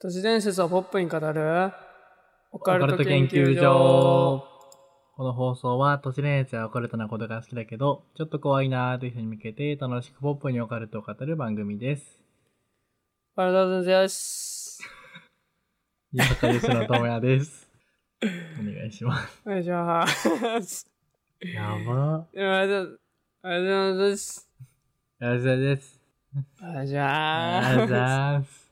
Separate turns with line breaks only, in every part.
都市伝説をポップに語るオ
オ
カルト研究所
この放送は都市伝説やオカルトなことが好きだけど、ちょっと怖いなーという人に向けて楽しくポップにオカルトを語る番組 です。
パラダ先生です
にわか吉野智也です。お願いします。
お願いします
やば。
お願いしますお願いします
やばです。
お願いし
やば
ます
ざーす。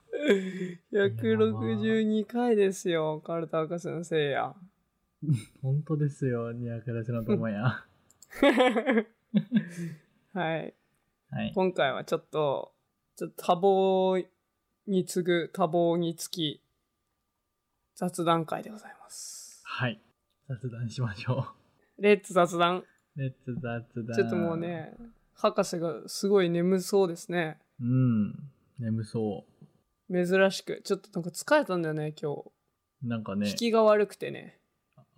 162回ですよオカルト博士のせいや
本当ですよ、にわか吉野智 也。は
はい
い。
今回はちょっとちょっと多忙に次ぐ多忙につき雑談会でございます
はい。雑談しましょ
レッツ雑談
う。レッツ雑談。
ちょっともう。ね、博士がすごい眠そうですね。
うん。眠そ
珍しく。ちょっとなんか疲れたんだよね、今
う。なんか
日。
ね。
引きが悪くてね。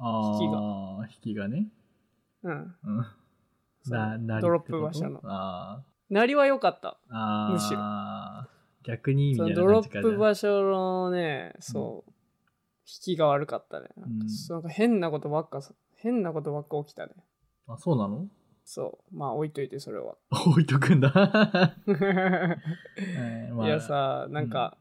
ああ、引きがね。
うん。
うん。な、なり
ドロッ
っ
プ
てこと
馬車の。
あ
なりは良かった。
ーあー。
むし
逆にみ
そ
たい
のド
な
ロ
感じ
ッ
か
プ馬車のね、そう、引きが悪かったね。なんか
うん
なんか変なことばっか、変なことばっか起きたね。
あ、そうなの
そう。まあ置いといて、それは。
置いとくんだ。えー まあ
いやさ、なんか、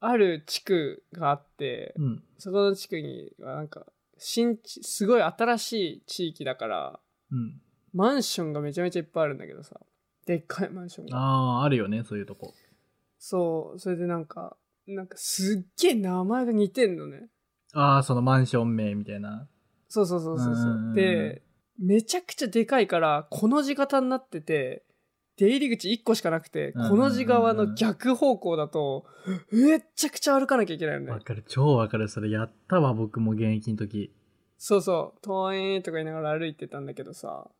ある地区があって、
うん。
そこの地区にはなんか、新地、すごい新しい地域だから、
うん。
マンションがめちゃめちゃいっぱいあるんだけどさ。でっかいマンションが。
ああ、あるよね、そういうとこ。
そう、それでなんか、なんかすっげえ名前が似てんのね。
ああ、そのマンション名みたいな。
そうそうそうそうそう
うんうんう
う。
ん
で、めちゃくちゃでかいから、この字型になってて、出入り口1個しかなくて、
うんうんうん
この字側の逆方向だと、めっちゃくちゃ歩かなきゃいけないの
わ
ね。
かる、超わかる。それやったわ、僕も現役の時。
そうそう、遠いとか言いながら歩いてたんだけどさ。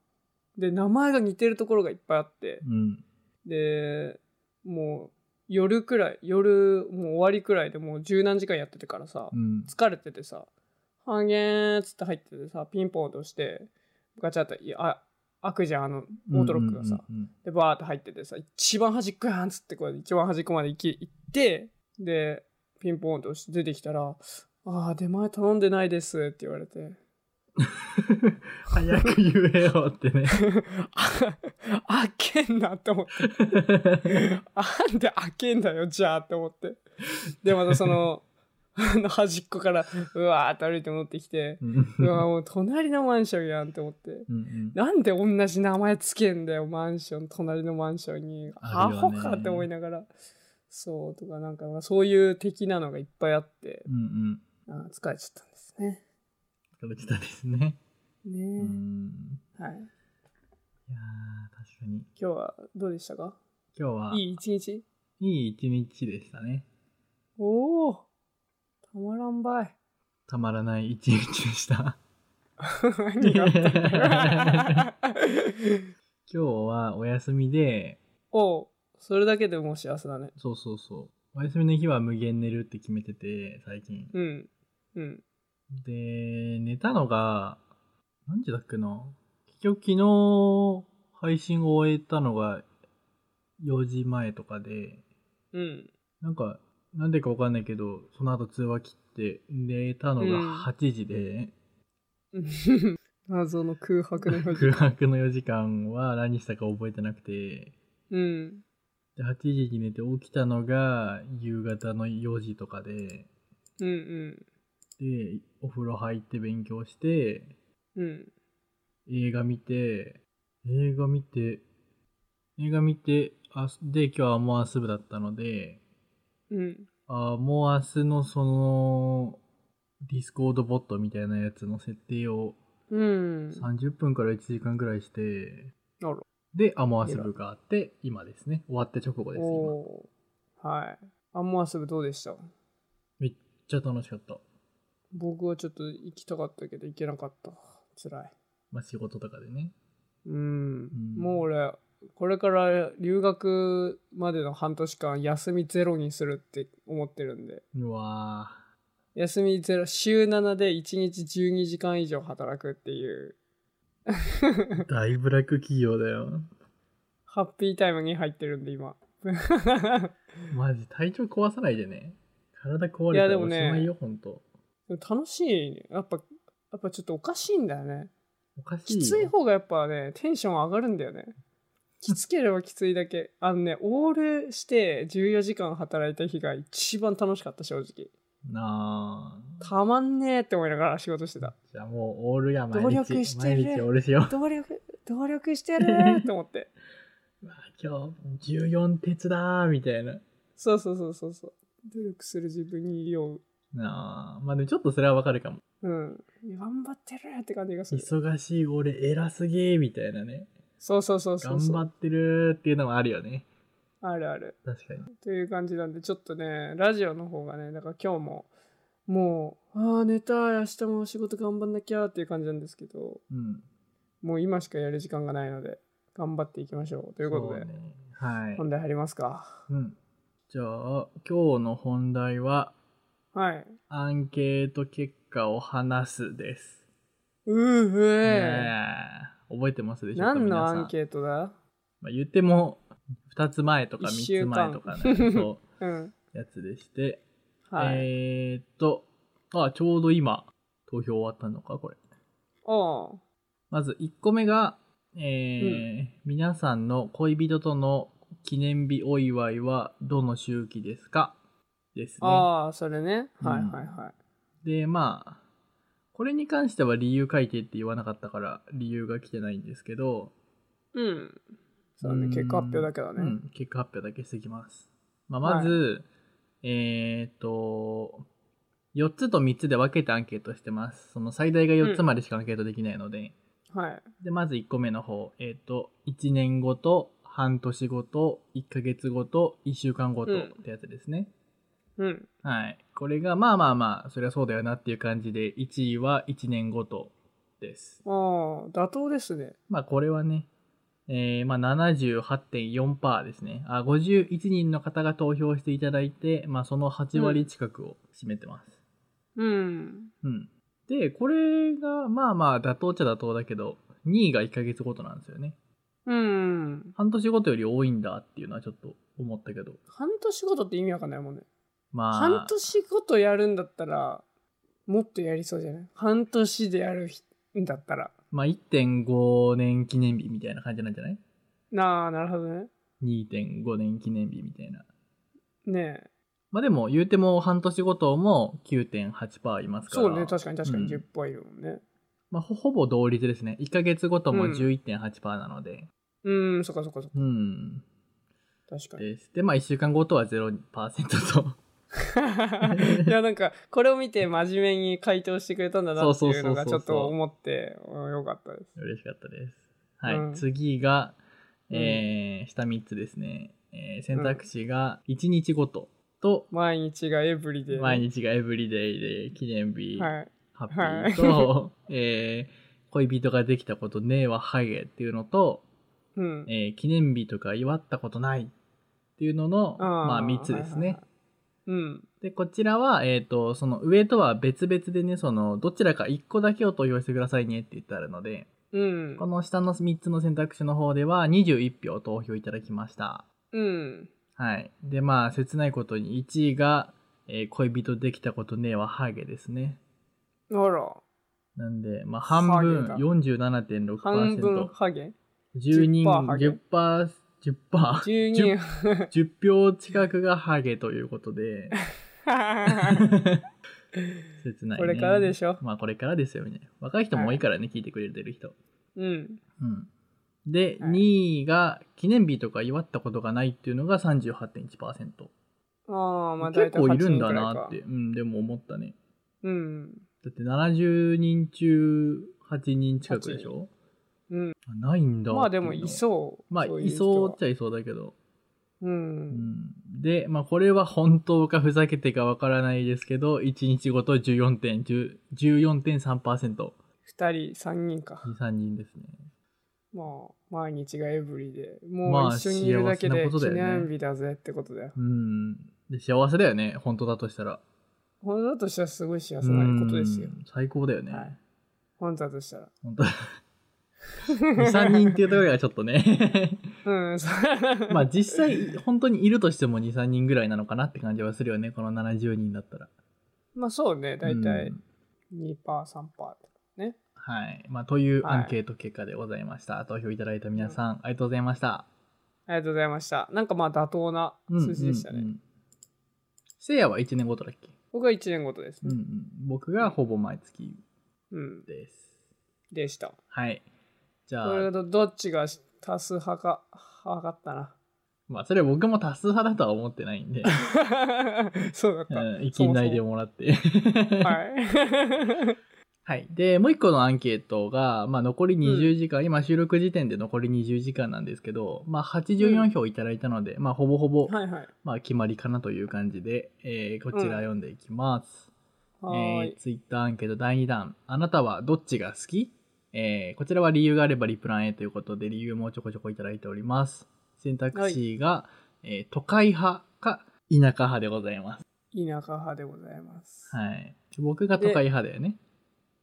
で、名前が似てるところがいっぱいあって、
うん。
でもう夜くらい夜もう終わりくらいでもう十何時間やっててからさ
うん。
疲れててさ「半減」っつって入っててさピンポンと押してガチャっていやあ開くじゃんあのオートロックがさ、
うん うん
でバーって入っててさ一番端っこやんっつってこう一番端っこまで行き行ってでピンポンと押して出てきたら「ああ出前頼んでないです」って言われて
うんうん。早く言えよってね。
「 あ開けんな」って思って。な んで開けんだよじゃあって思ってでまたそのあの端っこからうわーって歩いて戻ってきて
うんうん
うわもう隣のマンションやんって思って
うん
なんで同じ名前つけんだよマンション隣のマンションに
あ
ア
るよ
ホ
ね
かって思いながらそうとかなんかそういう的なのがいっぱいあって
うんうん。
あー疲れちゃったんですね
疲れてたですね。
ね
う
え、
ん。
はい
いやー確かに。
今日はどうでしたか
今日は、
いい一日
いい一日でしたね。
おおたまらんばい
たまらない一日でした。
何があったんだよ
今日はお休みで、
おうそれだけでもう幸せだね
そうそうそう。お休みの日は無限寝るって決めてて、最近。
うんうん
で、寝たのが、何時だっけな結局昨日、配信を終えたのが4時前とかで、
うん
なんか、なんでかわかんないけど、その後通話切って、寝たの
うん
が8時で、
謎の空白の表
空
情
白の4時間は何したか覚えてなくて、
うん
で8時に寝て起きたのが夕方の4時とかで、
うんうん
で、お風呂入って勉強して、
うん
映画見て、映画見て、映画見て、あで、今日はもう明日部だったので、
うん
あもう明日のその、ディスコードボットみたいなやつの設定を
うん
30分から1時間ぐらいして、
あら
で、アモアス部があって、今ですね。終わって直後です、今。めっ
おーはいアンモアス部どうでした
ちゃ楽しかった。
僕はちょっと行きたかったけど行けなかった辛い
まあ、仕事とかでね。
うん
ん
もう俺これから留学までの半年間休みゼロにするって思ってるんで
うわぁ。
休みゼロ週7で1日12時間以上働くっていう
大ブラック企業だよ。
ハッピータイムに入ってるんで今
マジ、体調壊さないでね。体壊れた
いやで
ら
も
おし
ね
まいよ、ほんと。
でも楽しい。やっぱ、やっぱちょっとおかしいんだよね。
おかしい
き
よ。
つい方がやっぱね、テンション上がるんだよね。きつければきついだけ。あのね、オールして14時間働いた日が一番楽しかった、正直。
なあ。
たまんねえって思いながら仕事してた。
じゃあもうオールや毎日。
努力してる
毎日オールしよう。
努力、努力してるー って思って。
うわ今日14鉄だーみたいな。
そうそうそうそうそう。努力する自分に酔う。
なあ。まあでもちょっとそれはわかるかも。
うん。頑張ってるって感じがする。
忙しい俺偉すげーみたいなね。
そうそうそうそ
頑
うそ
張
う。
ってるーっていうのもあるよね。
あるある。
確かに。
という感じなんで、ちょっとね、ラジオの方がね、だから今日も、もう、ああ、寝たい、明日も仕事頑張んなきゃっていう感じなんですけど、
うん。
もう今しかやる時間がないので、頑張っていきましょう。ということで、
そうねはい。
本題入りますか。
うん。じゃあ、今日の本題は、
はい。
アンケート結果を話すです。
うー
ね
へ
え覚えてますで
ー
しょうか
何
皆
の
さ
ア
ん
ンケートだ
まあ、言っても、2つ前とか
一
3
週
つ前
間
とかね、 そ
うん。
う、やつでして。
はい。
えーっと、あ、ちょうど今、投票終わったのか、これ。
おう
まず1個目が、えー皆さんの恋人との記念日お祝いはどの周期ですかですね。
ああ、それね。はい
うん
はいはい。
で、まあ、これに関しては理由書いてって言わなかったから理由が来てないんですけど、
うん。そうだ
う
ね、
ん
結果発表だけど
う
ね。
ん、結果発表だけしていきます。まあ、まず、えーっと、4つと3つで分けてアンケートしてます。その最大が4つまでしかアンケートできないので、
はい。
で、まず1個目の方、えーっと、1年後と半年後と1ヶ月後と1週間後と
うん
ってやつですね。
うん。
はい。これが、まあまあまあ、そりゃそうだよなっていう感じで、1位は1年ごとです。
ああ、妥当ですね。
まあ、これはね、えー、まあ78.4%ですね。あ、51人の方が投票していただいて、まあ、その8割近くを占めてます。
うん。
うん。で、これが、まあまあ、妥当っちゃ妥当だけど、2位が1ヶ月ごとなんですよね。
うん。
半年ごとより多いんだっていうのはちょっと思ったけど。
半年ごとって意味わかんないもんね。
まあ、
半年ごとやるんだったら、もっとやりそうじゃない半年でやるひんだったら。
まあ1.5年記念日みたいな感じなんじゃない
なあ、なるほどね。
2.5年記念日みたいな。
ねえ。
まあでも、言うても半年ごとも9.8%いますから。
そうね、確かに確か
うん
に10杯いるもんね。
まあほほぼ同率ですね。1ヶ月ごとも
うん
11.8%なので。
うん、そっかそっかそっか。
うん。
確かに。
です。で、まあ1週間ごとは0%と。
い や、なんか、これを見て真面目に回答してくれたんだなっていうのがちょ
そうそうそうそうそう
っと思って、うんよかったです。
嬉しかったです。はい。
うん
次が、
うん
えー、下3つですね。えー選択肢が1日ごとと、
毎日がエブリデイ。
毎日がエブリデイで記念日、
はい。
ハッピーと、えー恋人ができたことねえわはいえっていうのと、
うん。
えー記念日とか祝ったことないっていうのの、
あー
まあ3つです
はいはい
ね
は。うん。
で、こちらは、えっ、と、その上とは別々でね、その、どちらか1個だけを投票してくださいねって言ってあるので、
うん
こ。の下の3つの選択肢の方では21票投票いただきました。
うん。
はい。で、まあ、切ないことに1位が、えー恋人できたことねえはハゲですね。
あら、
なんで、まあ、半分、
ハゲだ
47.6%。
半分ハゲ
10人、
10%ハゲ
10%、10%、
?12
10票近くがハゲということで、切な い、ね。
これからでしょ。
まあこれからですよね。若い人も多いからね、聞いてくれてる人。
うん。
うん。で、
はい
2位が記念日とか祝ったことがないっていうのが38.1%。
ああ、まあ
結
大体
構い
8
るん
人
だ
くらい
なっ
か
て、。うん、でも思ったね。
うん。
だって70人中8人近くでしょ
うん。
あないんだっていうの。
まあでもいそう。
まあ
そ
いそうっ
ゃ。
ちゃいそうだけど。
う。
うんん。で、まあこれは本当かふざけてかわからないですけど、1日ごと14.10 14.3%。2、
二人、三人か。
3人ですね。
まあ、毎日がエブリで。
ま
も
あ
う一緒にいるだけ
幸せ
で
なこと
記
だよね
念日だぜってことだよ。
うん。で幸せだよね、本当だとしたら。
本当だとしたらすごい幸せなことですよ
う。ん最高だよね。
はい本当だとしたら。
本当2、3人っていうところがちょっ とね。
うん、そう
まあ実際、本当にいるとしても2、3人ぐらいなのかなって感じはするよね、この70人だったら。
まあそうね、大
う
体
ん
2%、3%。
はい。まあというアンケート結果でございました。投票いただいた皆さん、ありがとうございました。
ありがとうございました。なんかまあ妥当な
うん
数字でしたね。
うんうんせいやは1年ごとだっけ
僕は1年ごとです
うんう
ね。
ん。僕がほぼ毎月
うん。
です。
でした。
はい。じ
これ
ゃ
だ
あ、
とどっちが多数派か、分かったな。
まあそれ僕も多数派だとは思ってないんで、
そうだっ
う
た。
ん、いきないでもらって。
はい。
はい。で、もう一個のアンケートが、まあ残り20時間、今収録時点で残り20時間なんですけど、まあ84票いただいたので、まあほぼほぼ、
はいはい。
まあ決まりかなという感じで、えーこちら読んでいきます。
はー
え
い
ー、。Twitter アンケート第2弾、あなたはどっちが好きえーこちらは理由があればリプラン A ということで、理由もちょこちょこいただいております。選択肢が、えー都会派か田舎派でございます。
田舎派でございます。
はい。僕が都会派だよね。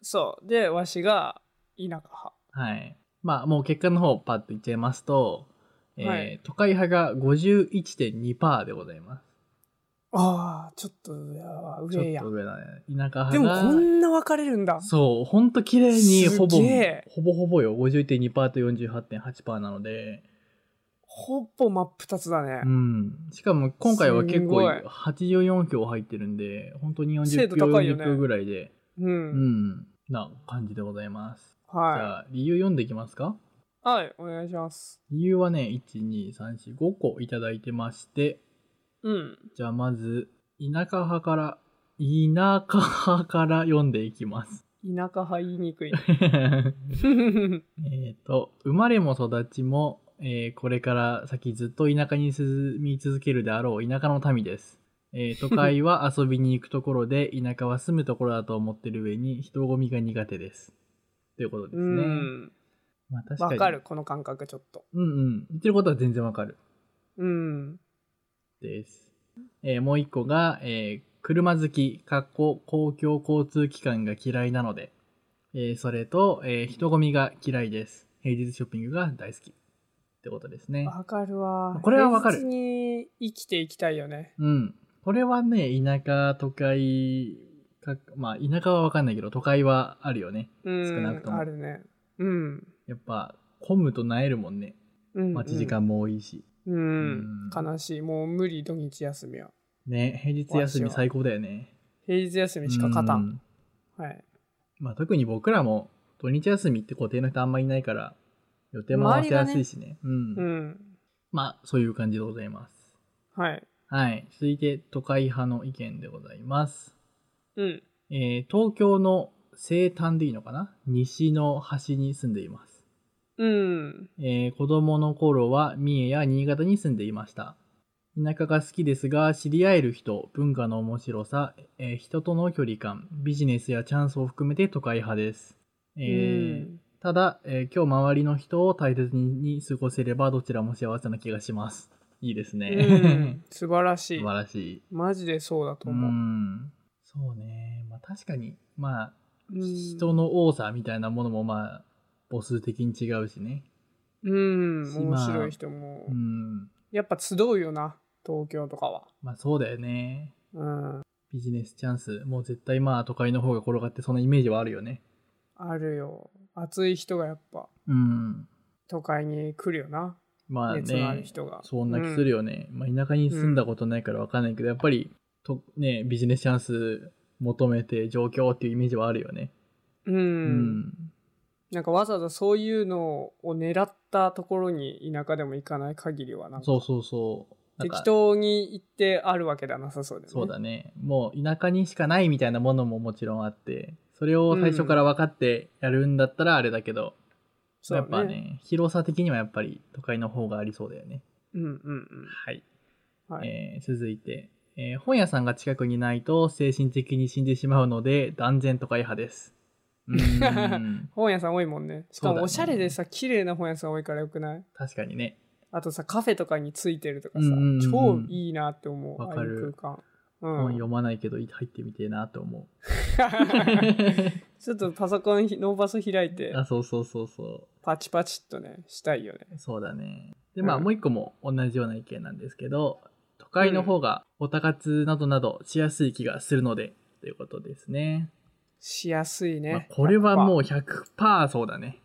そう。で、わしが田舎派。
はい。まあ、もう結果の方、パッと言っちゃいますと、えー
はい
都会派が51.2%でございます。
ああ、ちょっと上は
ちょ
上
っ
や
と。上だね。田舎
で
派
も
が。
こんな分かれるんだ。
そう、ほんと綺麗に、ほぼ
すげえ、
ほぼほぼよ。51.2%と48.8%なので、
ほぼ真っ二つだね
う。ん。しかも、今回は結
す
構、
ごい
84票入ってるんで、本当に
精
40
度
票、
高いよね
40票ぐらいで、
う。
うんん、な感じでございます。じ
は
ゃあ、理由読んでいきますか
い。はい、お願いします。
理由はね、1、2、3、4、5個いただいてまして、
うん。
じゃあまず、田舎派から、田舎派から読んでいきます。
田舎派言いにく い。
え
うん
っと、生まれも育ちも、えーこれから先ずっと田舎に住み続けるであろう田舎の民です。えー都会は 遊びに行くところで、田舎は住むところだと思ってる上に、人混みが苦手です。ということです
う
ね。
ん。
まあ確か
わ
に。
かる、この感覚ちょっと。
うんうん。言ってることは全然わかる。
うん。
です。えーもう一個が、えー車好き、かっこ公共交通機関が嫌いなので、えーそれと、えー人混みが嫌いです。平日ショッピングが大好き。ってことですね。
わかるわ。
これはわかる
平日に生きていきたいよね。
うん。これはね、田舎、都会、かまあ、田舎はわかんないけど、都会はあるよね。
うん。
少なくとも
あるね。うん。
やっぱ、混むと萎えるもんね。
うん
待ち時。間も多いし。
うん。
う
悲しい。もう無理、土日休みは。
ね、平日休み最高だよね。
平日休みしか勝た。
うんん
はい。
まあ、特に僕らも土日休みって固定の人あんまりいないから予定も合わせやすいしねうん、
うん。
まあそういう感じでございます
はい。
はい続いて都会派の意見でございます、
うん。
えー東京の西端でいいのかな西の端に住んでいます、
うん。
えー子供の頃は三重や新潟に住んでいました田舎が好きですが知り合える人文化の面白さ、えー人との距離感ビジネスやチャンスを含めて都会派です、えー
うん
ただ、えー今日周りの人を大切に過ごせればどちらも幸せな気がします。いいですね。
うん素晴らし
素
い。
晴らしい。
マジでそうだと
う
思う。
ん。そうね。まあ確かに、まあ、
うん
人の多さみたいなものもまあ、母数的に違うしね。
うん、
島
面白い人も
う。ん。
やっぱ集うよな、東京とかは。
まあそうだよね。
うん、
ビジネスチャンス、もう絶対まあ都会の方が転がってそのイメージはあるよね。
あるよ。熱い人がやっぱ
うん。
都会に来るよな、
まあ
熱のある
ね。
人が。
そんな気するよね。まあ、田舎に住んだことないから分かんないけど、やっぱりと、ね、ビジネスチャンス求めて上京っていうイメージはあるよね。
うん。
う
うん。なんかわざわざそういうのを狙ったところに田舎でも行かない限りはなんか
そうそうそう。なんか
適当に行ってあるわけではなさそうでね。
そうだね。もう田舎にしかないみたいなものももちろんあって、それを最初から分かってやるんだったらあれだけど、
そう
や
ね
っぱ。ね、広さ的にはやっぱり都会の方がありそうだよね。
うんうん
はい。
うん。はい。
えー続いて、えー本屋さんが近くにないと精神的に死んでしまうので断然都会派です。う ーん
本屋さん多いもんね。しか
そうだ
も
ね
おしゃれでさ、綺麗な本屋さん多いからよくない
確かにね
あとさ、カフェとかについてるとか
う
さ
んうんうん、
超いいなって思う、
わ
あ
かる
あいう空間。うん
本読まないけど入ってみてえなと思
ちょっとパソコンひノーパソ開いて
う。あ、そうそうそうそ
パチパチっとねしたいよね。
う。そうだね。で、まあ、
うん
もう一個も同じような意見なんですけど、都会の方がオタ活などなどしやすい気がするので、ということですね。
しやすいね。
まあ、これはもう
う。
100%そうだね。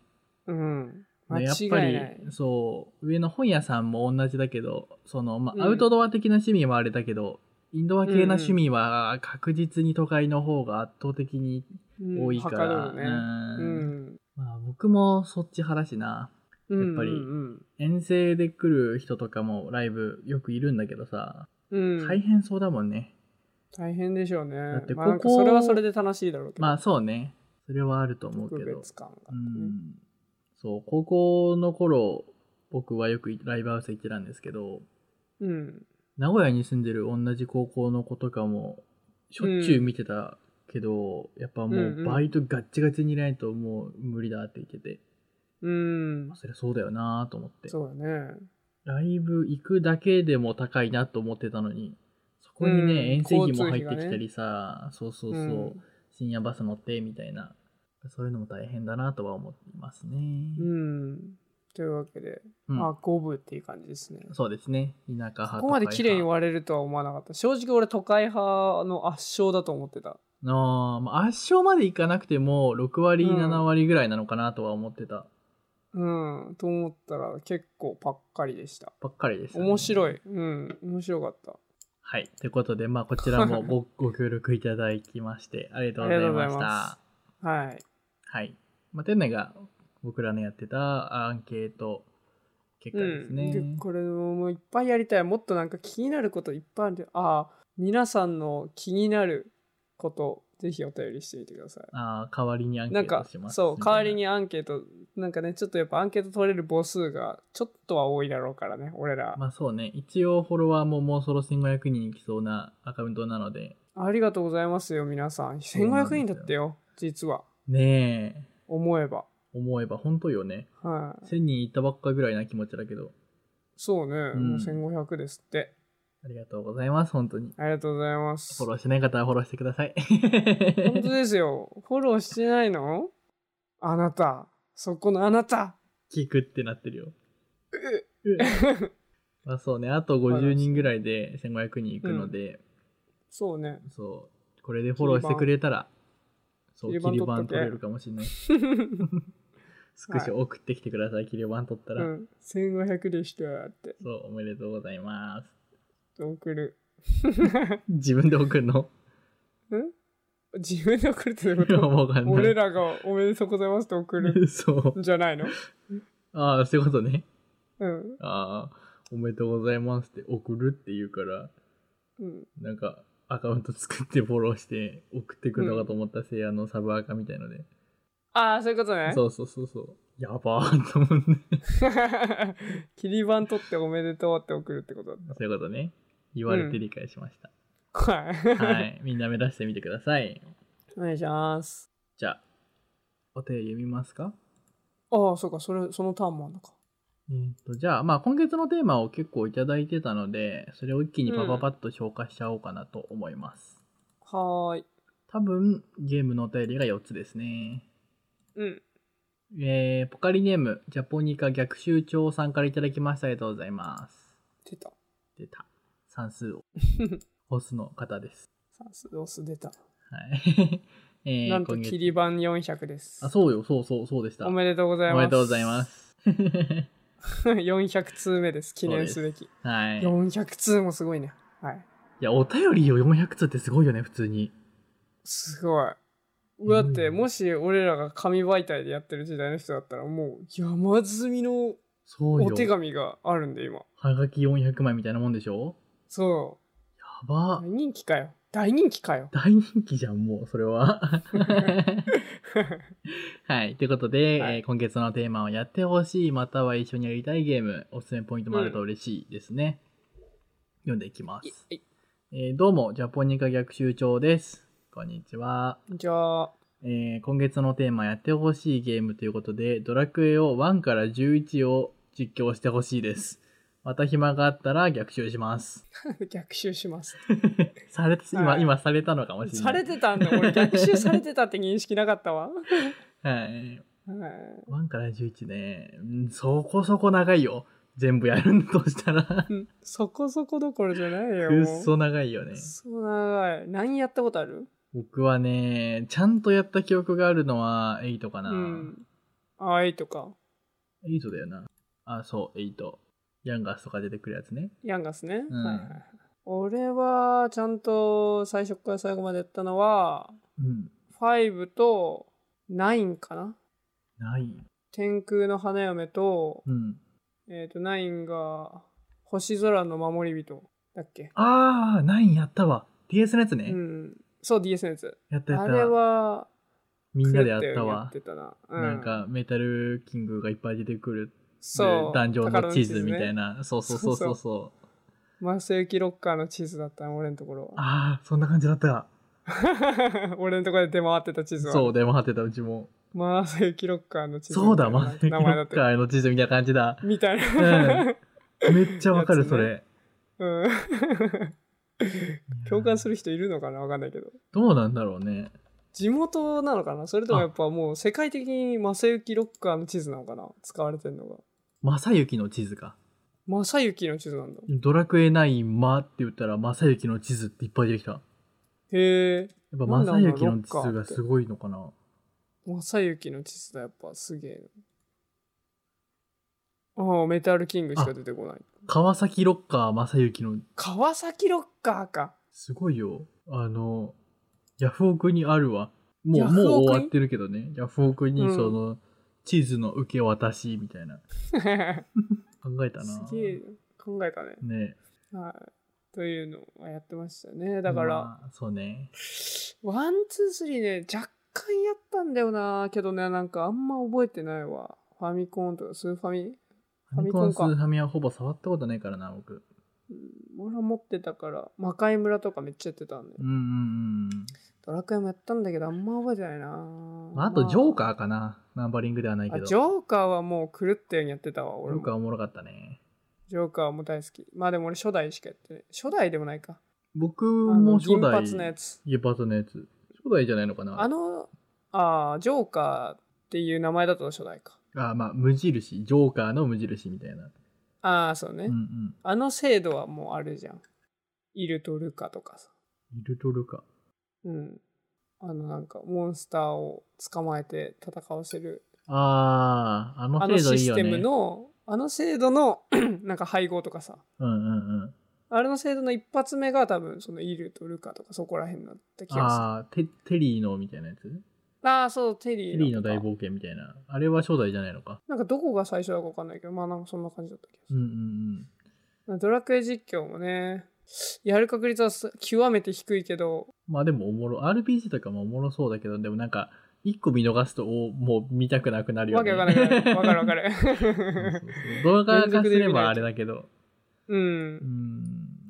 うん。間
ねやっ
違い
ぱ
ない。
りそう上の本屋さんも同じだけどその、ま
うん
あ、アウトドア的な趣味はあれだけど、インドア系な趣味は確実に都会の方が圧倒的に
うん
多いか
は
ら、
る
う
ね。うんん。
まあ、僕もそっち派だしな
うん
やっぱり
うん
遠征で来る人とかもライブよくいるんだけどさ
うん。うん
大変そうだもんね、
大変でしょうね。だ
って
まあ、なんか
ここ
それはそれで楽しいだろうけど。
まあそうねそれはあると思うけ
特
ど
別感が
う
あってね。
んそう高校の頃僕はよくライブハウス行ってたんですけど、
うん。
名古屋に住んでる同じ高校の子とかもしょっちゅう見てたけど、やっぱも
うんう
うんバイトガッチガチにいないともう無理だって言ってて、
うん。
そりゃそうだよなと思って
そうだね。
ライブ行くだけでも高いなと思ってたのにそこにね、
うん
遠征費も
交通
入
費
っ
が
て
ね
きたりさ、そうそうそう、
うん
深夜バス乗ってみたいなそういうのも大変だなとは思っていますね、
うん。というわけで、
うん
まあ、五分っていう感じですね。
そうですね田舎派
ことこまで綺麗に割れるとは思わなかった。正直俺都会派の圧勝だと思ってた。
あーまあ圧勝までいかなくても6割
うん
7割ぐらいなのかなとは思ってた
うん。と思ったら結構パッカリでした。
ばっかりでした、ね、
面白
い
い。うん。面白かった。
はいということでまあこちらもごご協力いただきましてありがとうござ
あ
いま
りがとう
し
ござい
た
まはい。
はい、まあ、店内が僕らのやってたアンケート結果ですね、
うん、でこれもういっぱいやりたいもっとなんか気になることいっぱいあるんでああ皆さんの気になることぜひお便りしてみてくださ
あー代わりにアン
い
ケ
な
ー
んか
トします
そう
みたい
代
な
わりにアンケートなんかねちょっとやっぱアンケート取れる母数がちょっとは多いだろうからね俺ら、
まあそうね一応フォロワーももうそろ1500人いきそうなアカウントなので
ありがとうございますよ皆さん
そうなんです
1500
よ
人だってよ実は
ねえ
思えば
思えば本当よね
はい
1000人いったばっかぐらいな気持ちだけど
そうね、
ん
もう1500ですって
ありがとうございます本当に
ありがとうございます
フォローしてない方はフォローしてください。
本当ですよ。フォローしてないのあなた。そこのあなた。
聞くってなってるよ。
う
うえまあそうね、あと50人ぐらいで1500人いくので、
そうね。
そう、これでフォローしてくれたら、そう、切
切
り
り板取
板
っとけ
取れるかもしれ ない。スクショ送ってきてください、切り板取った
う
ら。
ん。1500でしたって
そう、おめでとうございます。
送る。
自分で送る の
自分で送るってこ
いや
と
わかんな い。
俺らがおめでとうございますって送る
そう。
んじゃないの
ああ、そういうことね。
うん。
ああ、おめでとうございますって送るって言うから、
うん、
なんか、アカウント作ってフォローして送ってくるのかと思ったせいやのサブアカみたいので。
ああ、そういうことね。
そうそうそうそう。やばーと思って。
切り板取っておめでとうって送るってことだっ
そういうことね。言われて理解しました。
た。はい。
はい。みんな目指してみてください。
お願いします。
じゃあ、お手読みますか
ああ、そうか、それ、そのターンもあんのか。
えーとじゃあ、まあ、今月のテーマを結構いただいてたので、それを一気にパパパッと消化しちゃおうかなと思います。
はーい。
多分、ゲームのお便りが4つですね。
うん。
えーポカリネーム、ジャポニカ逆襲長さんからいただきました。ありがとうございます。
出た。
出た。算数 を。ホスの方です。
さすロス出た。
はい。 えー
なんと
今月
切り板400です。
あ、そうよ、そうそう、そうでした。
おめでとうございます。
おめでとうござ いま。す。
400通目です。記念すべき。
はい。い
400通もすごいね。はい。
や、お便りを400通ってすごいよね、普通に。
すごい。だっ
う
て、
ん
もし俺らが紙媒体でやってる時代の人だったら、もう山積みの
そうよ。
お手紙があるんで、今。
はがき400枚みたいなもんでしょ
そ
や
う。
ば
大。人気かよ。大人気かよ。
大人気じゃん、もう、それは。はい。ということで、
はい
えー今月のテーマをやってほしい、または一緒にやりたいゲーム、おすすめポイントもあると嬉しいですね。読んでいきま
い
す。
い
えーどうも、ジャポニカ逆襲長です。こんにちは。
じゃあ、
えー今月のテーマやってほしいゲームということで、ドラクエを1から11を実況してほしいです。また暇があったら逆襲します。
逆襲します。
され、今、
はい
今されたのかもしれ
さ
な
れ
い。
てたんだ。俺逆襲されてたって認識なかったわ。
はい。
はい
1から11ね、うんそこそこ長いよ。全部やるんだとしたら。
うんそこそこどころじゃないよ。
くっ
もう
そ長いよね。
そう長い。何やったことある
僕はね、ちゃんとやった記憶があるのは8かな。
うん。あいとか、
8だよな。あ、そう、8。ヤンガースとか出てくるやつね。
ヤンガスね。
うん
はいはいはい俺は、ちゃんと最初から最後までやったのは、
うん。
5と9かな
ない。
天空の花嫁と、
うん。
えっ、と、9が、星空の守り人だっけ
あー、9やったわ。DS のやつね。
うん。そう、DS のやつ。
やったやった。
あれは、
みんなでやった
狂ようにや
わ
っ。てたな。う
なん、かメタルキングがいっぱい出てくる
そう。
ダンジョンの地図み
宝
たい
ね。
な、そうそうそうそうそう
マスユキロッカーの地図だったな、俺のところは。
ああそんな感じだった
俺のところで出回ってた地図は。
そう出回ってたうちも
マーセイキロッカーの地図みたいな。
そうだマステキロ
名前だっ
ッカ
た。
ーの地図みたいな感じだ
みたいな。
めっちゃわか
や
る
つね
それ
うん。 共感す
る
る人いるのかなわかんないけど。
どうなんだろうね
地元なのかなそれともやっぱもう世界的にマセユキロッカーの地図なのかな使われてるのが。
正幸の地図か
マサユキの地図なんだ。
ドラクエ9マって言ったら正幸の地図っていっぱい出てきたや
へえ。
っぱ
なんだろう
正
な
幸の地図
ロッカー
が
って
すごいのかな
マサユキの地図だ、やっぱすげえな。ああ、メタルキングしか出てこない。
川崎ロッカー正幸の
川崎ロッカーか。
すごいよ。あの、ヤフオクにあるわ。も
ヤ
う、
フオク
も
に
う終わってるけどね。ヤフオク
う
に
ん
その、地図の受け渡しみたいな。
す
考えたな。
げえ、考えたね。
ね。
はい。というのはやってましたね。だから、
まあそうね。
ワン、ツー、スリーね、若干やったんだよな。けどね、なんかあんま覚えてないわ。ファミコンとか、スーファミ。
ファミ
ミ
コ
コ
ン
ン
ス
か
ーファミはほぼ触ったことないからな、僕。
うん、俺は持ってたから、魔界村とかめっちゃやってたんで
う。んうん
ドラクエもやったんだけど、あんま覚えてないな。
うん。まあ、あと、ジョー
ー
カーかな。ナンバリングではないけ
あ
ど。
ジョーカーはもう狂ったようにやってたわ、
ジ
俺
ョーカー
も。
おもろかったね。
ジョーカーも大好き。まあでも俺初代しかやってない。初代でもないか。
僕
あ
も
の
初
銀
代。
髪のやつ。
銀髪のやつ。初代じゃないのかな。
あの、ああ、ジョーカーっていう名前だと初代か。
あ、まあ、無印。ジョーカーの無印みたいな。
ああ、そうね。
うんうん。
あの制度はもうあるじゃん。イルトルカとかさ。
イルトルか。
うん。あのなんか、モンスターを捕まえて戦わせる。
ああ、あの
あの
制度
シ
いい
ス
よ
テ
ね。
ムの、あの制度の、 なんか配合とかさ。
うんうんうん。
あれの制度の一発目が多分、そのイルトルカとかそこら辺だった気がする。
ああ、テテリーのみたいなやつ
ああー、そう、テ
テ
リー
リーの
とか
大冒険みたいな。あれは初代じゃないのか。
なんかどこが最初だかわかんないけど、まあなんかそんな感じだった気がす
うん
る
う。ん
ドラクエ実況もね、やる確率はす極めて低いけど、
うん。まあでもおもろ、RPG とかもおもろそうだけど、でもなんか、一個見逃すと、おもう見たくなくなるよ
わ
ね。
けわかんないから、わかるわか
そうそう
る。
そう動画化すればあれだけど。
う。
うんん、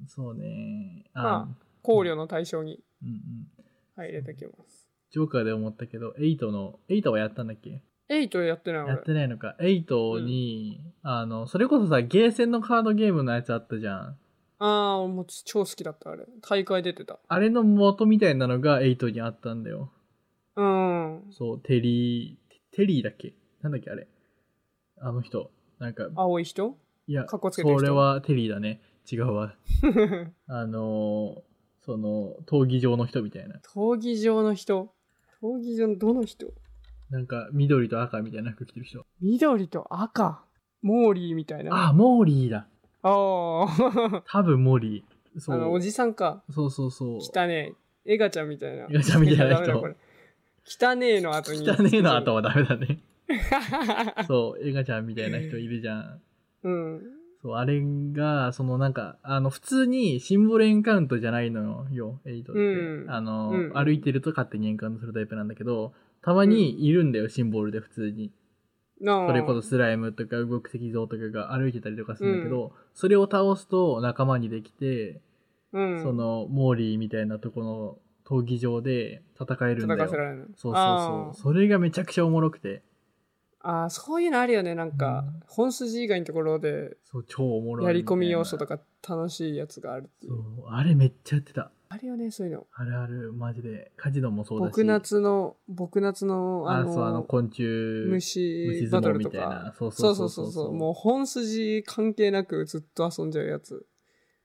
そうね。あ、
ま考慮の対象に
うんうん。
入れてきます。
ジョーカーで思ったけど、8の、8はやったんだっけ
8やってない俺
やっ。てないのか。8に、あの、それこそさ、ゲーセンのカードゲームのやつあったじゃん。
ああ、俺もう超好きだった、あれ。大会出てた。
あれの元みたいなのが8にあったんだよ。
うん。
そう、テリー、テリーだっけなんだっけあれ。あの人。なんか、
青い人
いや、
かっこつけてる
そ
人
れはテリーだね。違うわ。あのーその、闘技場の人みたいな。
闘技場の人。闘技場のどの人
なんか、緑と赤みたいな服着てる人。
緑と赤。モーリーみたいな。あ
あ、モーリーだ。
あー。
多分モーリー。そ
あの、お
う。
じさんか。
そうそうそう。
汚ねえ。エガちゃんみたいな。
エガちゃんみたいな
ダ
人
メだこれ汚ねえの後に。
汚ねえの後はダメだね。そう、エガちゃんみたいな人いるじゃん。
うん。
そう、あれが、そのなんか、あの、普通にシンボルエンカウントじゃないのよ、エイトって。
うん
あの、
うん
歩いてると勝手にエンカウントするタイプなんだけど、たまにいるんだよ、シンボルで普通に。
なあ
それこそスライムとか動く石像とかが歩いてたりとかするんだけど、それを倒すと仲間にできて、
うん、
その、モーリーみたいなとこの闘技場で戦えるんだ
叩かせら
よ。
れるの。
そうそうそう。それがめちゃくちゃおもろくて。
ああ、そういうのあるよね。なんか
うん、
本筋以外のところで、
そう、超おもろい
やり込み要素と
か。
か楽しいやつがあるってい。
そうう、あれめっちゃやってた。
あるよね、そういうの。
あるある、マジで。カジノもそうだし。
僕夏の、僕夏の、あ
あ
の、
そう、あの、昆虫、
虫
虫
バ
相
ト
撲
ル
み
と
たいな
か。。
そう
そ
そう
そ
うそうう
そ
そうう
そう。もう本筋関係なくずっと遊んじゃうやつ。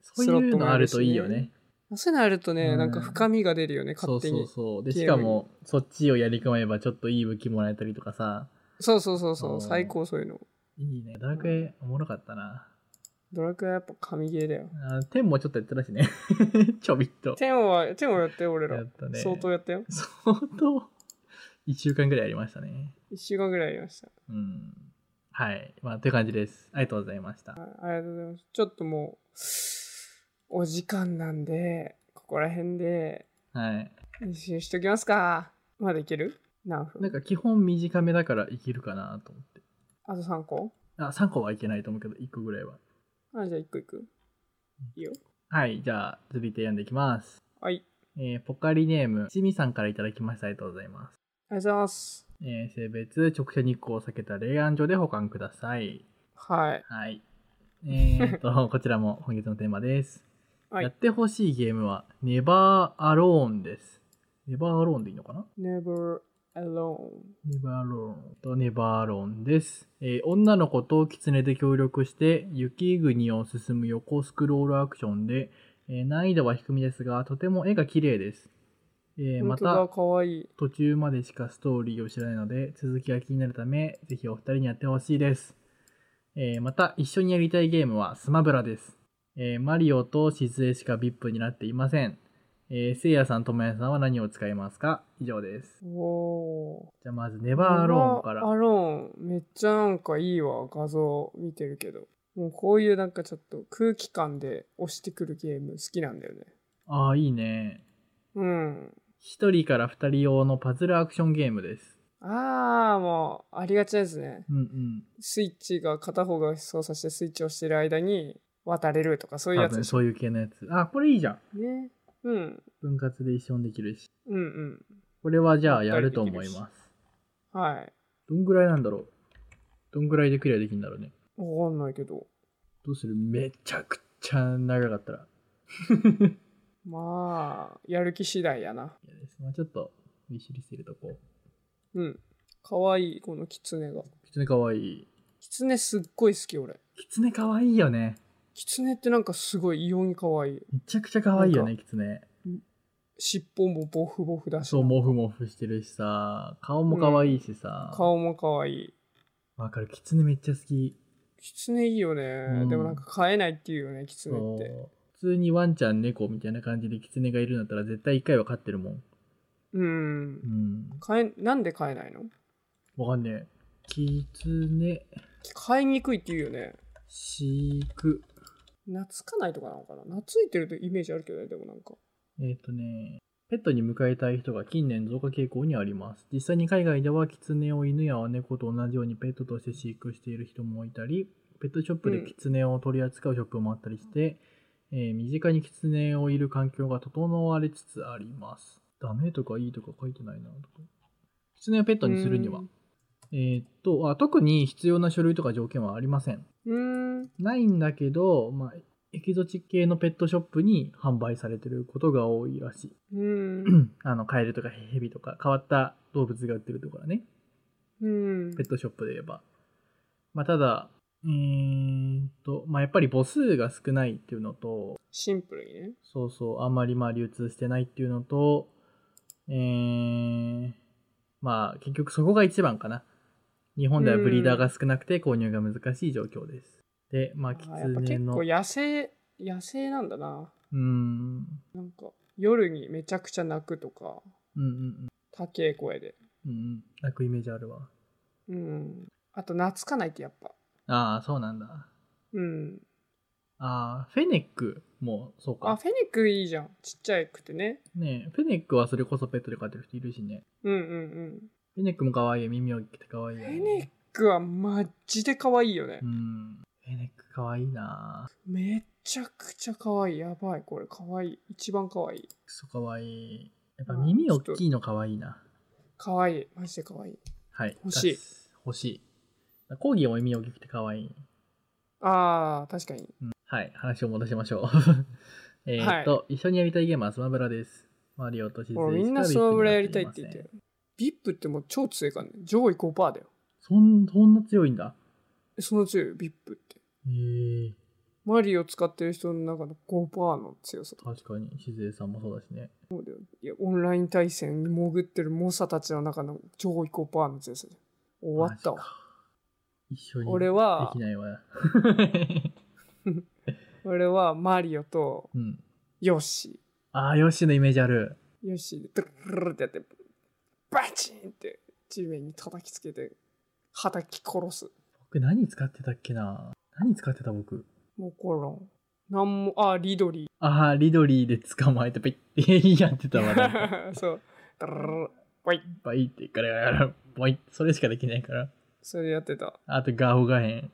そういうのあるといいよね。
そういうのあるとね、
うん
なんか深みが出るよね、
そ
勝
う
手
そう
に。
そう。で、
ゲームに
しかも、そっちをやり込めばちょっといい武器もらえたりとかさ。
そうそうそうそう。
そう
最高そういうの。
いいね。ドラクエ、おもろかったな。
ドラクエはやっぱ神ゲーだよ。
あー天もちょっとやってたしね。 ちょびっと。
テンは、テンをやったよ、俺ら。
やったね
相当やったよ。
相当、1週間ぐらいやりましたね。
1週間ぐらいやりました。
うん。はい。まあ、という感じです。ありがとうございました。
ありがとうございます。ちょっともう、お時間なんで、ここら辺で
はい。
練習しときますか。まだいける何
なん
分
か基本短めだからいけるかなと思って。
あと3個
あ、3個はいけないと思うけど、1個ぐらいは。
あ、じゃあ1個いく。いいよ。
はい。じゃあ、続いて読んでいきます。
はい。
えーポカリネーム、ちみさんからいただきました。ありがとうございます。
ありがとうございます。
えー性別、直射日光を避けた冷暗所で保管ください。
はい。
はい。え ー、と、こちらも今月のテーマです。
はい
やってほしいゲームは、ネバーアローンです。ネバーアローンでいいのかな
Never alone.
ネバーアローンとネバーアローンです。えー女の子と狐で協力して、雪国を進む横スクロールアクションで、えー難易度は低めですが、とても絵が綺麗です。えー
本
ま
当だ、
た、
かわいい。
途中までしかストーリーを知らないので続きが気になるためぜひお二人にやってほしいです、えーまた一緒にやりたいゲームはスマブラです、えーマリオとしずえしか VIP になっていません、えー、せいやさんともやさんは何を使いますか以上です
おー。
じゃあまずネバーローンから
アローン、めっちゃなんかいいわ、画像見てるけど。もうこういうなんかちょっと空気感で押してくるゲーム好きなんだよね。
ああいいね
うん。
1人から2人用のパズルアクションゲームです
ああ、もう、ありがちですね。
うんうん
スイッチが片方が操作してスイッチをしてる間に渡れるとか、そういう
多
やつで
分
しょ
そういう系のやつあこれいいじゃん
ね。うん。
分割で一緒にできるし
うん
これはじゃあやると思います
うん。はい。
どんぐらいなんだろうどんぐらいでクリアできるんだろうね。
わかんないけど。
どうするめちゃくちゃ長かったら。
まあ、やる気次第やな。
いやです。まあちょっと、見知りしてるとこ。
うん。かわいい、このキツネが。
キツネかわいい。
キツネすっごい好き、俺。
キツネかわいいよね。
キツネってなんかすごい異様に可愛い。
めちゃくちゃかわいいよ
な
ね、キツネ。
尻尾もボフボフだし。
そう、モフモフしてるしさ、顔もかわいいしさ。
顔も可愛い。
わかる、キツネめっちゃ好き。
キツネいいよね、
うん
でもなんか飼えないっていうよね、キツネ
そ
っ
う
て。
普通にワンちゃん、猫みたいな感じでキツネがいるんだったら絶対一回は飼ってるもん。
うん
う。ん。
飼え、なんで飼えないの
わかんねえ。キツネ、
飼いにくいって言うよね。
飼育。
懐かないとかなのかな懐いてるとイメージあるけどね、でもなんか。
えっ、とね、ペットに迎えたい人が近年増加傾向にあります。実際に海外ではキツネを犬や猫と同じようにペットとして飼育している人もいたり、ペットショップでキツネを取り扱うショップもあったりして、えー身近にキツネをいる環境が整われつつあります。ダメとかいいとか書いてないなとか。キツネをペットにするには
う。
えっとあ、特に必要な書類とか条件はありません。
うーん。
ないんだけど、まあ、エキゾチック系のペットショップに販売されてることが多いらしい。
うん。
あのカエルとかヘビとか変わった動物が売ってるところね
うん
ペットショップで言えば、まあ、ただうーんと、まあ、やっぱり母数が少ないっていうのと
シンプルにね。
そうそうあんまりまあ流通してないっていうのとえー、まあ結局そこが一番かな日本ではブリーダーが少なくて購入が難しい状況です、でまあキツ
あやっぱ
ネ
結
の
構
う
野生、野生なんだな。
ーん
なんか、夜にめちゃくちゃ鳴くとか、
うんうん
高え声で。
うんうん泣くイメージあるわ
うん。あと、懐かないってやっぱ。
ああそうなんだ
うん。
ああフェネックもそうか
あ、フェニックいいじゃん。ちっちゃくてね。
ねえ、フェネックはそれこそペットで飼ってる人いるしね。
うんうん
フェネックも可愛い、耳を切って可愛
う
い、
ん。
ね。
フェニックはマジで可愛いよね
う。ん。フェネック可愛いなぁ
めちゃくちゃ可愛い。やばい、これ可愛い。一番可愛い。
クソ可愛い。やっぱ耳大きいの可愛いな。
可愛い。マジで可愛い。
はい。
欲しい
出す。欲しい。講義も意味大きくて可愛い。
ああ、確かに。
はい、話を戻しましょう。 えーっと、一緒にやりたいゲームはスマブラです。マリオとしず
もうみんなスマブラやりたいって言ってる。ビップってもう超強いからね。上位5%だよ。
そんそんな強いんだ。
その強いよ、ビップって。
えー、
マリオ使ってる人の中の5%の強さと。
確かに、しずえさんもそうだしね。
いや、オンライン対戦に潜ってる猛者たちの中の上位5%の強さじゃん終わった
マジ
わ。
か。一緒に
俺
で
は
き、ないわ。
俺はマリオと
うん。
ヨッシ
ああ、ヨッシーのイメージある。
ー。ヨッシーでドゥルルルってやって、バチンって地面に叩きつけて、叩き殺す。
僕何使ってたっけな何使ってた僕。
もうこらん。なんも、あ、リドリー。
ああ、リドリーで捕まえて、ペッ てやってたわ。なんか
そう。ドゥルルルルバイッ
バイって、ガラガラガラ、ボイッそれしかできないから。
それやってた。
あと、ガオガエ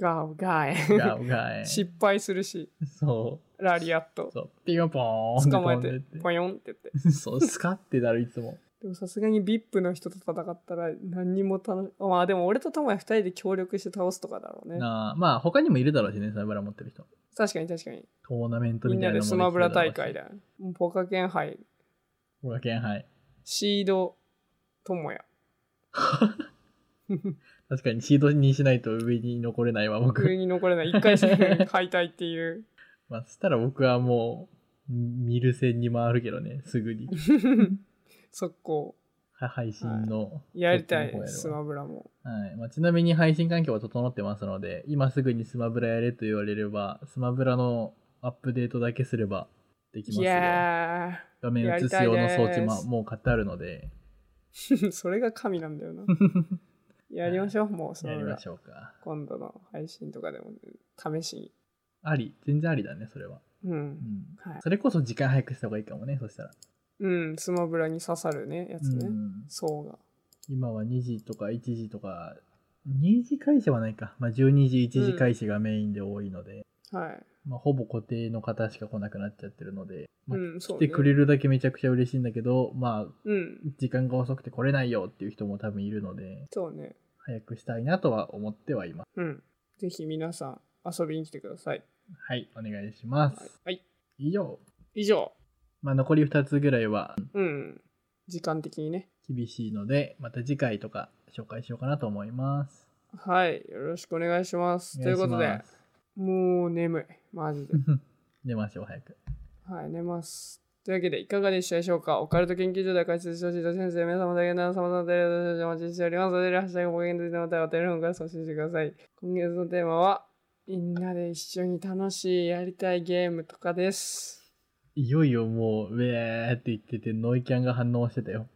ガーガ
ン。
ー
ガオガエ ン。
失敗するし、
そ
ラリアット
う。。そう。ピヨポーン
捕まえて
って、飛
ポヨンって言って。
んでって。 そう、スカってなる、いつも。
でもさすがに VIP の人と戦ったら何にも楽しまあでも俺と友也二人で協力して倒すとかだろうね。
なあまあ、他にもいるだろうしね、スマブラ持ってる人。
確かに確かに。
トーナメント
み
み
ん
たい
なで
なのもでき
ス
た
マブラ
だろう
大
し
会。だ。ポカケン杯、
ポカケン杯。
シード、友 也。
確かにシードにしないと上に残れないわ、
上
僕。
に残れない。一回戦敗退って いう。
まあ、そしたら僕はもう、ミル戦に回るけどね、すぐに。
速攻。
は配信の。
やりたい
そっちの方やるわ
スマブラも。
はいまあ、ちなみに配信環境は整ってますので、今すぐにスマブラやれと言われれば、スマブラのアップデートだけすればできます
い
よ。
や
画面映す用の装
やり
置
たいです
ももう買ってあるので、
ー。それが神なんだよ な。やりましょう、もうス
や
マ
り
ブラ
まし。ょうか。
今度の配信とかでも、試しに。
あり、全然ありだね、それは。
う。
うんん
はい
それこそ時間早くした方がいいかもね、そしたら。
うん、スマブラに刺さるね、やつ
う
ね。
ん
そうが。
今は2時とか1時とか、2時開始はないか。まあ、12時、1時開始がメインで多いので、
はい。
まあ、ほぼ固定の方しか来なくなっちゃってるので、まあ
うん、そう、
来
ね。
てくれるだけめちゃくちゃ嬉しいんだけど、まあ、
うん、
時間が遅くて来れないよっていう人も多分いるので、
そうね。
早くしたいなとは思ってはいます。
うん。ぜひ皆さん遊びに来てください。
はい、お願いします。
はい。はい、
以上。
以上。
まあ、残り2つぐらいは
うん。時間的にね。
厳しいので、また次回とか紹介しようかなと思います。
はい。よろしくお願いします。ということ
お願
で
し、ます
もう眠い。マジで。
寝ましょう、早く。
はい、寝ます。というわけで、いかがでしたでしょうかオカルト研究所で解説してほしいと先生、皆様だけなら様々なテレビでお待ちしております。それでは、ハッシュタグ冒険でまたお便りの方から送信してください。今月のテーマは、みんなで一緒に楽しいやりたいゲームとかです。
いよいよもう、ウェーって言ってて、ノイキャンが反応してたよ。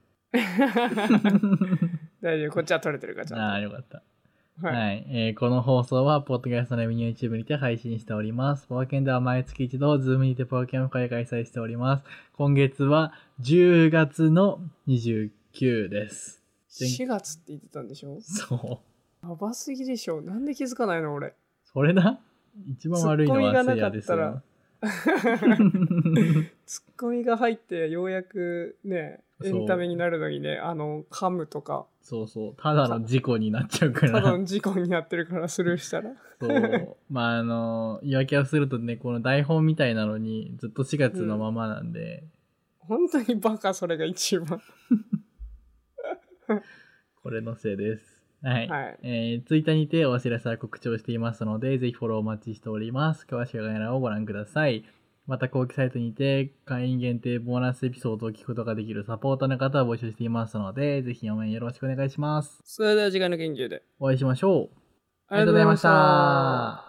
大丈夫、こっちは取れてるから、ち
あ
ゃ
あ、
ん
よかった。
と。。
はいい、えーこの放送は、ポッドキャストのみ YouTube にて配信しております。ポワケンでは毎月一度、ズームにてポワケンを開催しております。今月は、10月の29です。
4月って言ってたんでしょ
そう。
やばすぎでしょなんで気づかないの俺。
それな。一番悪いのは
ツッコミ
せい
がな
や
かっ
です
たら
よ。
ツッコミが入ってようやくね、エンタメになるのにね、あの、噛むとか、
そうそう。ただの事故になっちゃ うか
ただ
ら。
の事故になってるからスルー したら。
そう。まあ、あの、言い訳をするとね、この台本みたいなのに、ずっと4月のままなんで、
本当にバカそれが一番。
これのせいです。はい。
はい。
えー、ツイッターにてお知らせや告知をしていますので、ぜひフォローお待ちしております。詳しく概要欄をご覧ください。また、公式サイトにて、会員限定ボーナスエピソードを聞くことができるサポーターの方を募集していますので、ぜひ応援よろしくお願いします。
それでは次回の研究で。
お会いしましょう。
ありがとうございました。